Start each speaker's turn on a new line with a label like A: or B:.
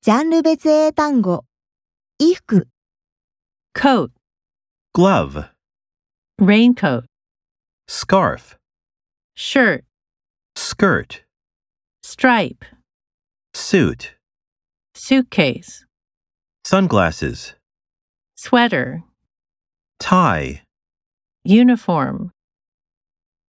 A: ジャンル別英単語。衣服、
B: coat,
C: glove,
B: raincoat,
C: scarf,
B: shirt,
C: skirt,
B: stripe,
C: suit,
B: suitcase,
C: sunglasses,
B: sweater,
C: tie.
B: uniform.